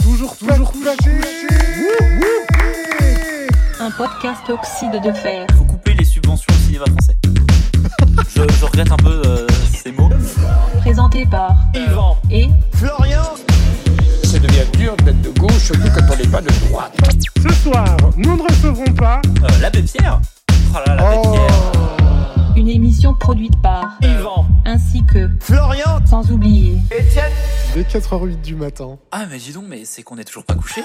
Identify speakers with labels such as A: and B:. A: toujours, toujours flatté.
B: Un podcast oxyde de fer.
C: faut couper les subventions au cinéma français. je, je regrette un peu euh, ces mots.
B: Présenté par
C: Yvan,
B: et
C: Florian
D: Ça devient dur d'être de gauche, surtout quand on n'est pas de droite.
A: Ce soir, nous ne recevrons pas.
C: euh, L'abbé Pierre Oh là là, l'abbé Pierre
B: une émission produite par
C: Yvan,
B: ainsi que
C: Florian
B: sans oublier
A: Dès 4h08 du matin.
C: Ah mais dis donc, mais c'est qu'on est toujours pas couché